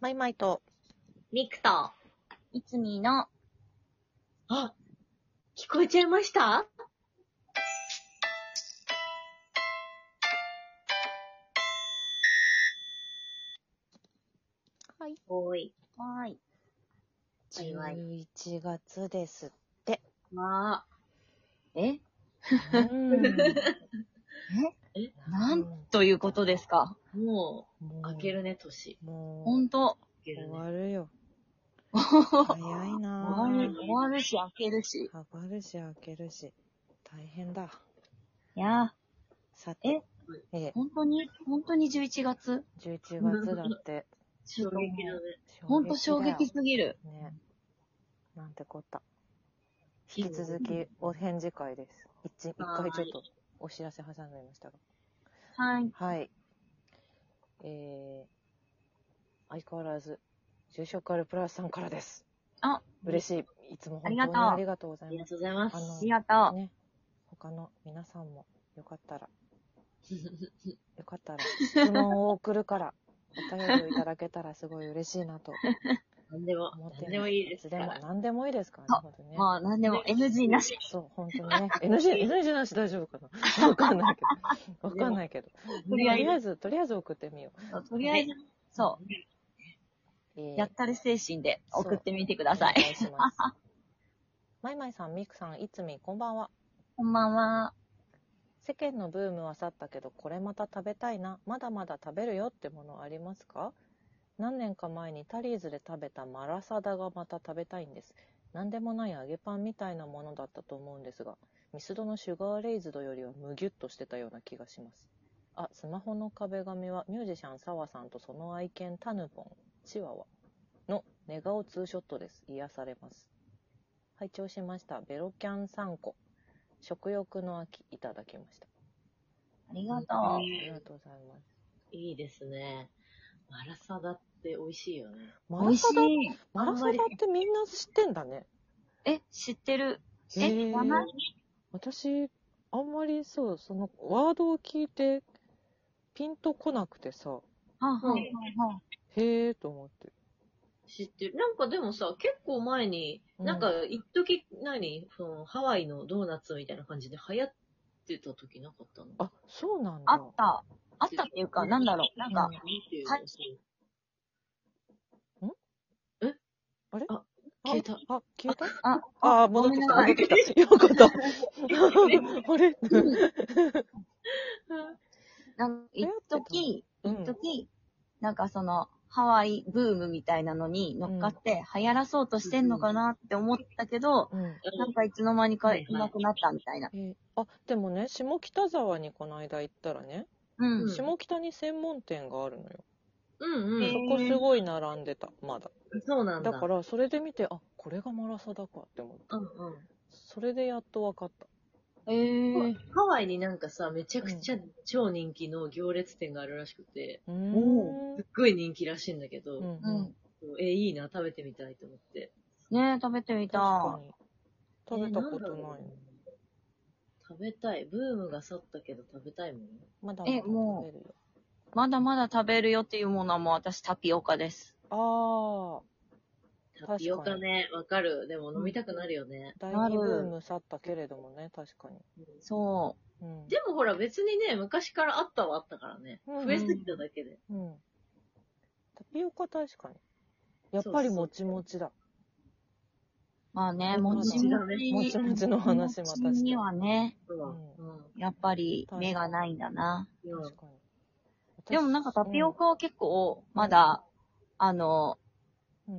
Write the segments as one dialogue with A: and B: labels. A: マイマイと
B: ミクと、
C: いつみの、
B: あ、聞こえちゃいました
A: はい。
B: おーい。
C: はーい。
B: はいはい
A: 11月です。
B: まあ。え
C: なんということですか。
B: も
A: も
B: う、
A: う
B: 開け。るね、年。
A: も
C: ほ
A: うん
C: と。
B: 開ける
A: 終
B: ね。
A: わるよ。早い
C: 終
A: な
C: わ
A: ぁ
C: る、終わるし、開けるし。
A: 上がるし開けるし、大変だ。
C: いや
A: さて、ええ
C: ー、、本当に、本当に11月
A: 11月だって、
B: 衝撃だね。
C: 本当衝
A: だよ
C: 撃すぎる。
A: ね。なんてこった。
B: いい
A: 引
B: ね
A: き続きお返事会です。一一
B: は
A: 回
B: ーい
A: ちょっとお知らせ挟んでみましたが。
C: はい。
A: はい。えー、相変わらず、住職あるプラスさんからです。
C: あ
A: 嬉しい。いつも本当に
C: ありがとう
A: ありがとうござ
B: あ
A: い
B: り
A: ま
B: が
A: す。
B: とうございます。
A: あの
C: ありがと
A: ね、他の皆さんも、よかったら、よかったら、質問を送るから、お便りをいただけたらすごい嬉しいなと
B: 何でも
A: 思っ、て
B: 何でもいいです
A: いつ
B: か
A: でも
B: ら。、
A: 何でもいいですからね、
C: あ
A: 本当に
C: う。
A: ね。
C: まあ、なんでも NG なし。
A: そう、本当にね。NG、NG なし大丈夫かなわかんないけど。わかんない けど。と
B: と
A: り
B: り
A: あ
B: あえず
A: えず、とりあえず送ってみよ
C: とりあえず、そ
A: えー
C: う。やったれ精神で送ってみてくださ
A: お
C: い。
A: 願いします。まいまいさん、みくさん、いつみ、こんばんは。
C: こんばんは。
A: 世間のブームは去ったけど、これまた食べたいな。まだまだ食べるよってものありますか何年か前にタリーズで食べたマラサダがまた食べたいんです。何でもない揚げパンみたいなものだったと思うんですが、ミスドのシュガーレイズドよりはむぎゅっとしてたような気がします。あ、スマホの壁紙はミュージシャンサワさんとその愛犬タヌポン、チワワの寝顔ツーショットです。癒されます。拝聴しました。ベロキャン3個。食欲の秋いただきました。
C: ありがと
A: あ
B: あ
C: う。
A: りがとうございます。
B: いいですね。マラサダって美味しいよね。
A: マ
C: 美
A: ラ
C: 味し
A: サダ、
C: い。
A: マラサダってみんな知ってんだね。
C: え、知ってる。え、
A: へー
C: 知らない
A: 私、あんまりそう、そのワードを聞いて、ピンとこなくてさ、
C: はあはあはあはあ
A: へえーと思って。
B: 知ってる。なんかでもさ、結構前に、
A: うん
B: なんか、一時、何その、ハワイのドーナツみたいな感じで流行ってた時なかったの
A: あ、そうなんだ。
C: あった。あったっていうか、なんだろう。なんか、
B: っていう
C: はい
A: あれ
B: あ消えた。
A: あ、消えた
C: あ、
A: ああ、戻ってきた、
C: ご
A: 戻
C: めん
A: っ
C: な
A: てきた。よかった。 あれ
C: なんか、一時、
A: うん
C: 一時、なんかその、ハワイブームみたいなのに乗っかって流行らそうとしてんのかなって思ったけど、
A: うん。
C: なんかいつの間にかいなくなったみたいな。
A: えーあ、でもね、下北沢にこの間行ったらね、
C: うん。
B: ん
A: 下北に専門店があるのよ。
B: うんうん。
C: へ
A: そ
C: ー
A: こすごい並んでた、まだ。
B: そうなんだ。
A: だから、それで見て、あ、これがマラサダかって思って。
B: うんうん。
A: それでやっと分かった。
C: ええ。
B: ハワイになんかさ、めちゃくちゃ超人気の行列店があるらしくて、
A: うーん
C: お
B: すっごい人気らしいんだけど、
A: うん
C: う
A: うん
C: ん。
B: え、いいな、食べてみたいと思って。
C: ねえ、食べてみ
A: 確か
C: た。
A: に。食べたこと
B: えーんだ
A: な
B: ろ。
A: いう
B: 食べたい。ブームが去ったけど食べたいもん。
A: まだまだ
C: え
A: 食
C: もう
A: べるよ。
C: まだまだ食べるよっていうものはもう私タピオカです。
A: あ
B: タピオカね、わかる。でも飲みたくなるよね。
A: あ、第
C: な
A: 二
C: る
A: ブーム去ったけれどもね、確かに。
C: そ
A: うん。
B: でもほら別にね、昔からあったはあったからね。
A: うん
B: 増えすぎただけで。
A: うん。タピオカ確かに。やっぱりもちもちだ。
C: う。まあね、
A: うん
C: もちもち。
A: もちもちの話またして
C: もちにはね、
B: そう。
A: う
B: うん。
C: やっぱり目がないんだな。
B: うん
A: 確かに。私
C: でもなんかタピオ、カは結構、まだ、あ
A: う
C: の、
A: んうん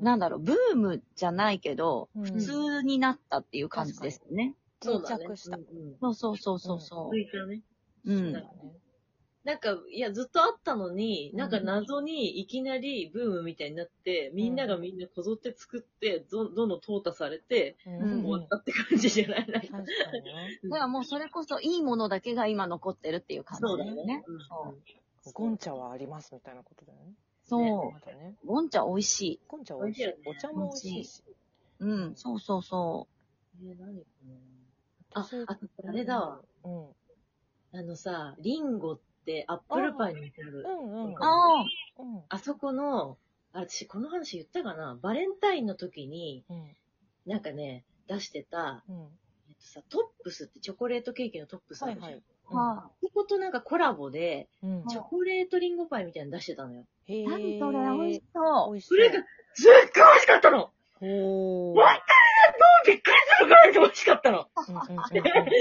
C: なんだろう、ブームじゃないけど、
A: うん
C: 普通になったっていう感じですよね。
B: そうだね。
A: 定着した
B: うんうん
C: そうそうそうそうそ
B: 続いたね。
C: う。
A: そ
C: う
A: うんだ。ね
B: なんか、いや、ずっとあったのに、なんか
A: うん
B: 謎にいきなりブームみたいになって、みんながみんなこぞって作って、どどんどん淘汰されて、
A: うん
B: 終わ
A: うん
B: ったって感じじゃないなん
A: 確
B: か
A: かにね。
C: だからもうそれこそいいものだけが今残ってるっていう感じだ
B: そうだ
C: よ
B: よ
C: ね
B: ね。。
C: そう
B: うん
A: ゴンチャはありますみたいなことだよね。
C: そ
A: まだね。
C: う。ゴンチャ美味しい。
A: ゴンチャ美味しい。お茶も美味しいし。
C: うん、そうそうそ
B: えー、何かなあ
A: 私、
B: あとあれだわ。
A: うん。
B: あのさ、リンゴって、アップルパイに似てる。
A: うんうん。
B: あ
C: あ
A: うん
B: あそこの、あ、私、この話言ったかなバレンタインの時に、
A: うん
B: なんかね、出してた、
A: うん。
B: えっとさ、トップスってチョコレートケーキのトップスあるじゃん。
A: はいはい
C: あ、は
B: そことなんかコラボで、
A: うん。
B: チョコレートリンゴパイみたいなの出してたのよ。
A: へえ。
C: あ。何それ、美味し
A: 美
C: そう。
A: 味し
B: それが、すっごい美味しかったの
A: そう。おー。
B: わびっくりするぐらい美味しかったの
A: うんうんうん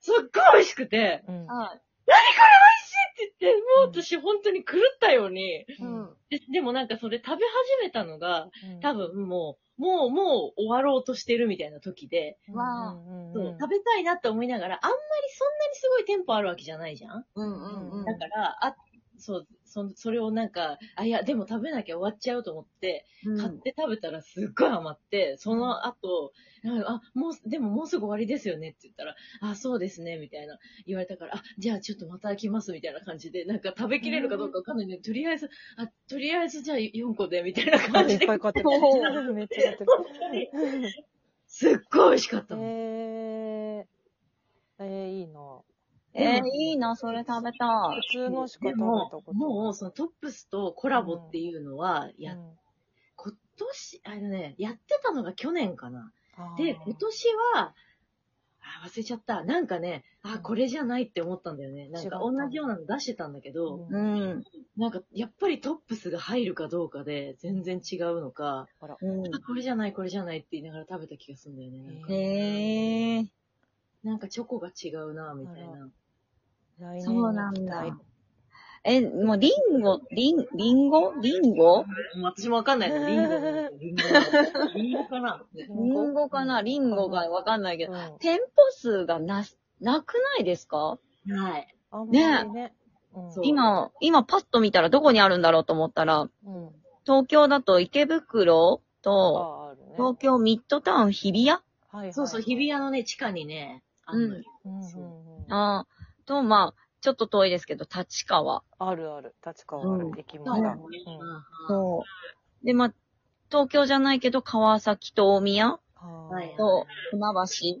B: すっごい美味しくて、
A: うんうん
C: はい。
B: 美味しいって言って、もう私本当に狂ったように。
C: うん。
B: ででもなんかそれ食べ始めたのが、
A: うん
B: 多分もう、もう、もう終わろうとしてるみたいな時で、
C: わあ
A: うん
B: そううん
A: うん
B: 食べたいなって思いながら、あんまりそんなにすごいテンポあるわけじゃないじゃん
C: うんうんうん。
B: だから、あ、そう、そ、それをなんか、あ、いや、でも食べなきゃ終わっちゃうと思って、
C: うん
B: 買って食べたらすっごい余って、その後、なんかあ、もう、でももうすぐ終わりですよねって言ったら、あ、そうですね、みたいな言われたから、あ、じゃあちょっとまた来ます、みたいな感じで、なんか食べきれるかどうかわかんないんで、とりあえず、あ、とりあえずじゃあ4個で、みたいな感
A: い
B: じ
A: っ
B: で
A: ぱ、い買ってる。めっちゃ買ってる。
B: すっごい美味しかったの。
A: えー、えー、いいな。
C: えー、いいな、それ食べたい。
A: 普通のしか
B: で
A: 食べた
B: も
A: こと、
B: もうそのトップスとコラボっていうのは、
A: う
B: や、
A: ん
B: 今年、あのね、やってたのが去年かな。
A: あー
B: で、今年は、あー忘れちゃった。なんかね、あ
A: う
B: ー、
A: ん
B: これじゃないって思ったんだよね。なん
A: 違った
B: か同じようなの出してたんだけど、
A: うん
C: うん。
B: なんかやっぱりトップスが入るかどうかで全然違うのか、
C: う
B: あこれじゃない、これじゃないって言いながら食べた気がするんだよね。なんか
C: ん。へえ。
B: なんかチョコが違うな、みたい
A: あ
B: な。
A: 来年
C: そうなん
A: に行きた
C: だ
A: い。
C: え、もう、リンゴ、リン、リンゴリンゴ
B: もう私もわかんないな。リンゴなの。リンゴなの。リンゴか な。ね
C: リンゴかなリンゴがわかんないけど。
A: うん
C: 店舗数がな、なくないですか
B: はい。
A: あんまりね。うん
B: そう
C: 今、今パッと見たらどこにあるんだろうと思ったら、
A: うん。
C: 東京だと池袋と、
A: ああるね。
C: 東京ミッドタウン日比谷
A: はいはい
B: そうそう、日比谷のね、地下にね、あんのよ。
A: うん
B: そう
A: うんうん
C: あーと、まあ、ちょっと遠いですけど、立川。
A: あるある。立川ある
C: う。ん
A: 駅
B: そ
A: 前
B: う
A: だ。
B: ね
A: うん
B: うん
C: そう。で、まあ、東京じゃないけど、川崎と大宮
A: は
B: はい
A: あ
C: と船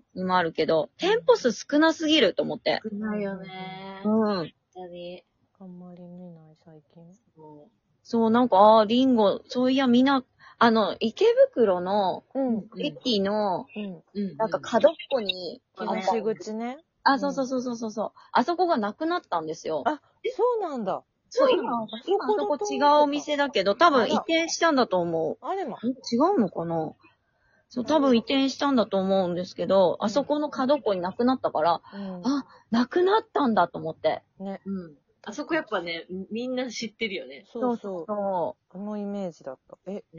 C: 橋にもあるけど、店舗数少なすぎると思って。
B: 少ないよね。本
C: うん。
B: 当に。
A: あんまり見ない最近。
B: も
C: そう、なんか、あーリンゴ、そういや、みんな、あの、池袋の、
A: うん。
C: 駅の、
A: うん。
B: ううん
C: なんか角っこに、あ
B: うん
C: った
A: 東口ね。
C: あ、そうそうそうそうそうそう。あそこがなくなったんですよ。
A: あ、そうなんだ。
C: そう、今、今あそこ違うお店だけど、多分移転したんだと思
A: あれま。
C: う。ん違うのかなそう、多分移転したんだと思うんですけど、あそこの角っこになくなったから、
A: うん
C: あ、なくなったんだと思って。
A: ね。
B: うん。あそこやっぱね、みんな知ってるよね。
A: そうそう。
C: そ
A: あのイメージだった。え、
C: う。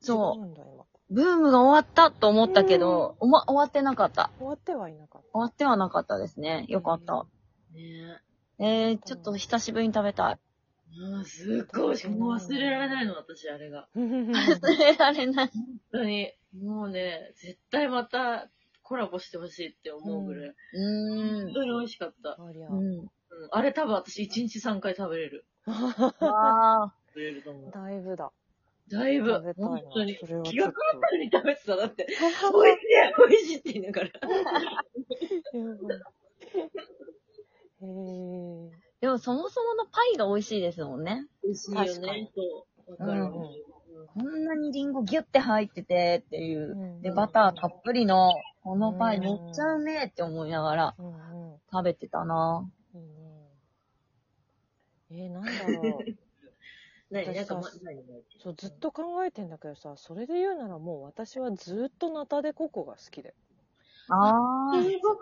C: そ
A: 違うんだ今。
C: う。ブームが終わったと思ったけど、おま、終わってなかった。
A: 終わってはいなかっ
C: 終わってはなかったですね。
A: た。
C: よかった。
B: ね
C: えー、ちょっと久しぶりに食べ たい。
B: うん、すっごい美味しかった。もう忘れられないの、私、あれが。
A: うん。
C: 忘れられない。
B: 本当に、もうね、絶対またコラボしてほしいって思うぐらい。
C: う
B: 本当に美味しかった。
A: ありゃ
C: ーん。。 うん。
B: うん。あれ多分私、1日3回食べれる。
C: わー。
B: 食べれると思う。
A: だいぶだ。
B: だいぶ
A: 食べ、たいな
B: 本当に。。
A: それは
B: 気
A: ちょ
B: が
A: っ
B: 狂ったように食べてた。だって、
A: と。
B: 美味しい、美味しいって言いながら。
A: へえ。
C: でもそもそものパイが美味しいですもんね。
B: 美味しいよ
A: 確か
B: ね
A: に。
B: そう。わかる。
C: う
B: うん
A: うん
B: ん
C: こんなにリンゴギュッて入っててっていうう。
A: ん
C: で、バターたっぷりの、このパイ
A: うん
C: めっちゃうめえって思いながら
A: うんう。
C: 食べてたなん
A: いいね。えー、なんだ ろう。
B: 何なんか、ま
A: 私さ
B: 何何
A: そう、ずっと考えてんだけどさ、それで言うならもう私はずっとナタデココが好きで。
C: あ
B: あ
C: ー。
B: れこ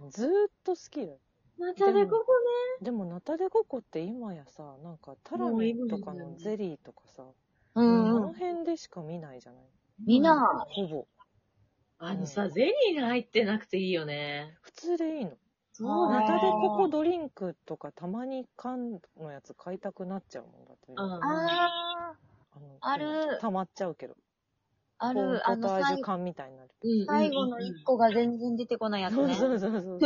B: こ
A: ずーっと好きで。
B: ね。またね、ここ
A: でもナタデココって今やさ、なんかタラミとかのゼリーとかさ、
C: う
A: あ
C: んうん
A: の。辺でしか見ないじゃない
C: みんな、
A: ほぼ。
B: ね。あのさ、ゼリーが入ってなくていいよね。
A: 普通でいいの。
B: そう
C: あー
A: ナ
B: な
A: タ
B: ん
A: デ
B: だ。
A: ココドリンクとかたまに缶のやつ買いたくなっちゃうもんだって。
B: うん
C: あー、
A: の
C: ある
A: 溜まっちゃうけど。
C: あ
A: コーン
C: る、あ
A: ポ
C: の
A: タージ
C: 最
A: ュ缶みたいになる。
B: うん
C: 最後の一個が全然出てこないやつ
A: そう
C: ね。
A: そうそうそう。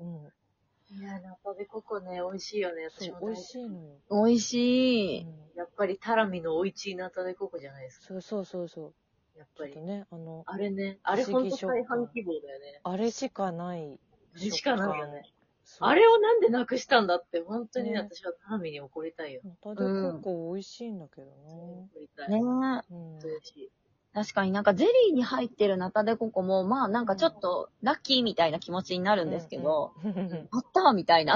A: うん、
B: いや、ナタデココね、美味しいよね。私
A: そ
B: も
A: う、
B: 大
A: 美味
B: 好き
A: しいのよ。
C: 美味
A: う
C: しい。
A: ん、
B: やっぱりタラミの美味しいナタデココじゃないですか。
A: そうそうそうそう。
B: やっ
A: ち
B: ぱ
A: ょっ
B: り
A: と。ね、あの、
B: あれね、あれ
A: 不
B: ほ
A: 思
B: ん
A: 議
B: と
A: 食
B: 再
A: 感
B: 販希望だよね。
A: あれしかない。
B: あれしかないよね。
A: そう
B: あれをなんでなくしたんだって、本当にね
A: ね
B: 私はタナミに怒りたいよ。
A: ナタデココ美味しいんだけど
B: 怒りたい。
C: ね
B: 本
C: え。
A: な。うん
B: 当に嬉しい。
C: 確かになんかゼリーに入ってるナタデココも、まあなんかちょっとラッキーみたいな気持ちになるんですけど、
A: うんうん。うんうん
C: あったーみたいな。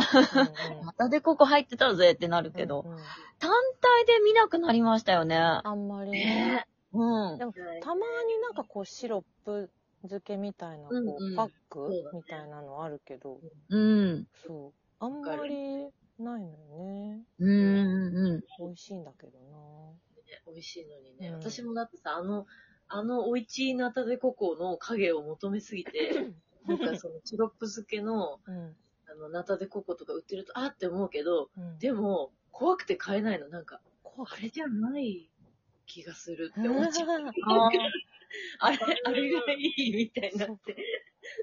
C: ナタデココ入ってたぜってなるけど、
A: うんうん
C: 単体で見なくなりましたよね。
A: あんまりね。
B: ね
C: うん。
A: でも、
B: え。
A: たまになんかこう、シロップ漬けみたいな、こ
B: うんうん
A: う、パック
B: そうだね
A: みたいなのあるけど、
C: うん。
A: そう。あんまりないのよね。
C: うんうんうん。
A: 美味しいんだけど
B: 美味しいのにね、
A: うん
B: 私もだってさ、あの、あのおいちいナタデココの影を求めす ぎて、なんかそのチロップ漬けの、
A: なうん。
B: あの、ナタデココとか売ってると、あーって思うけど、
A: うん、
B: でも、怖くて買えないの、なんか、
A: 怖く
B: あれじゃない気がするって思っちゃう。
C: あー
B: あれ、あれが いいみたいになって、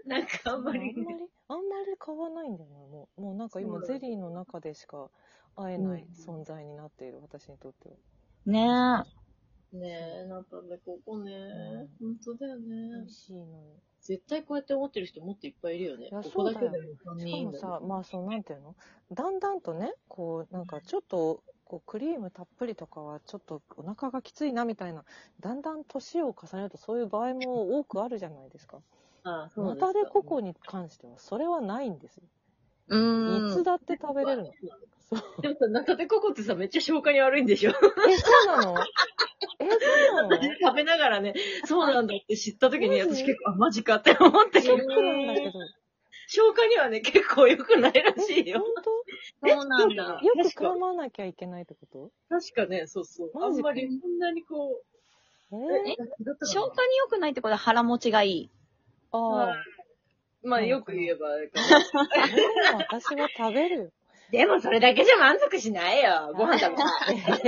B: なんかあ
A: あ
B: ん
A: んま
B: ま
A: り、
B: りね、
A: あんまり買わないんだよな、もう。もうなんか今、
B: そうな
A: ゼ
B: んだ
A: リーの中でしか会えない
B: うん
A: 存在になっている、私にとっては。
C: ねえ。
B: ねえ、ナタデココね、
A: う
B: 本当だよ
A: 美
B: ね
A: 味。しいのに。
B: 絶対こうやって思ってる人もっといっぱいいるよね。
A: いや
B: ここだけ
A: そうだ
B: でも3
A: しか
B: 人いる
A: も
B: んだ
A: さ
B: よ、
A: まあそうなんていうのだんだんとねこうなんかちょっとこうクリームたっぷりとかはちょっとお腹がきついなみたいなだんだん年を重ねるとそういう場合も多くあるじゃないですか
B: ああそう
A: ナ
B: なんですか
A: タデココに関してはそれはないんですよ、
C: うん。
A: いつだって食べれるのそう
B: でもさ、ナタデココってさ、めっちゃ消化に悪いんでしょ
A: えそうなのえそうなの
B: 食べながらね、そうなんだって知った時に
A: マジ
B: 私結構、あ、マジかって思ったけ
A: ショ
B: ど
A: ッ、クなんだけど
B: 消化にはね、結構良くないらしい
A: え
B: よ
A: 本。
C: そうなんだ。
A: 当よく
B: 確か
A: 噛まなきゃいけないってこと
B: 確かね、そうそう。あ
A: マ
B: ん
A: ジか
B: まりこんなにこう、
A: え
C: え
B: だった
C: 消化に良くないってことは腹持ちがいい。
A: ああ
B: まあよく言えば、
A: それでも私は食べるよ
B: でもそれだけじゃ満足しないよ。ご飯食べたい。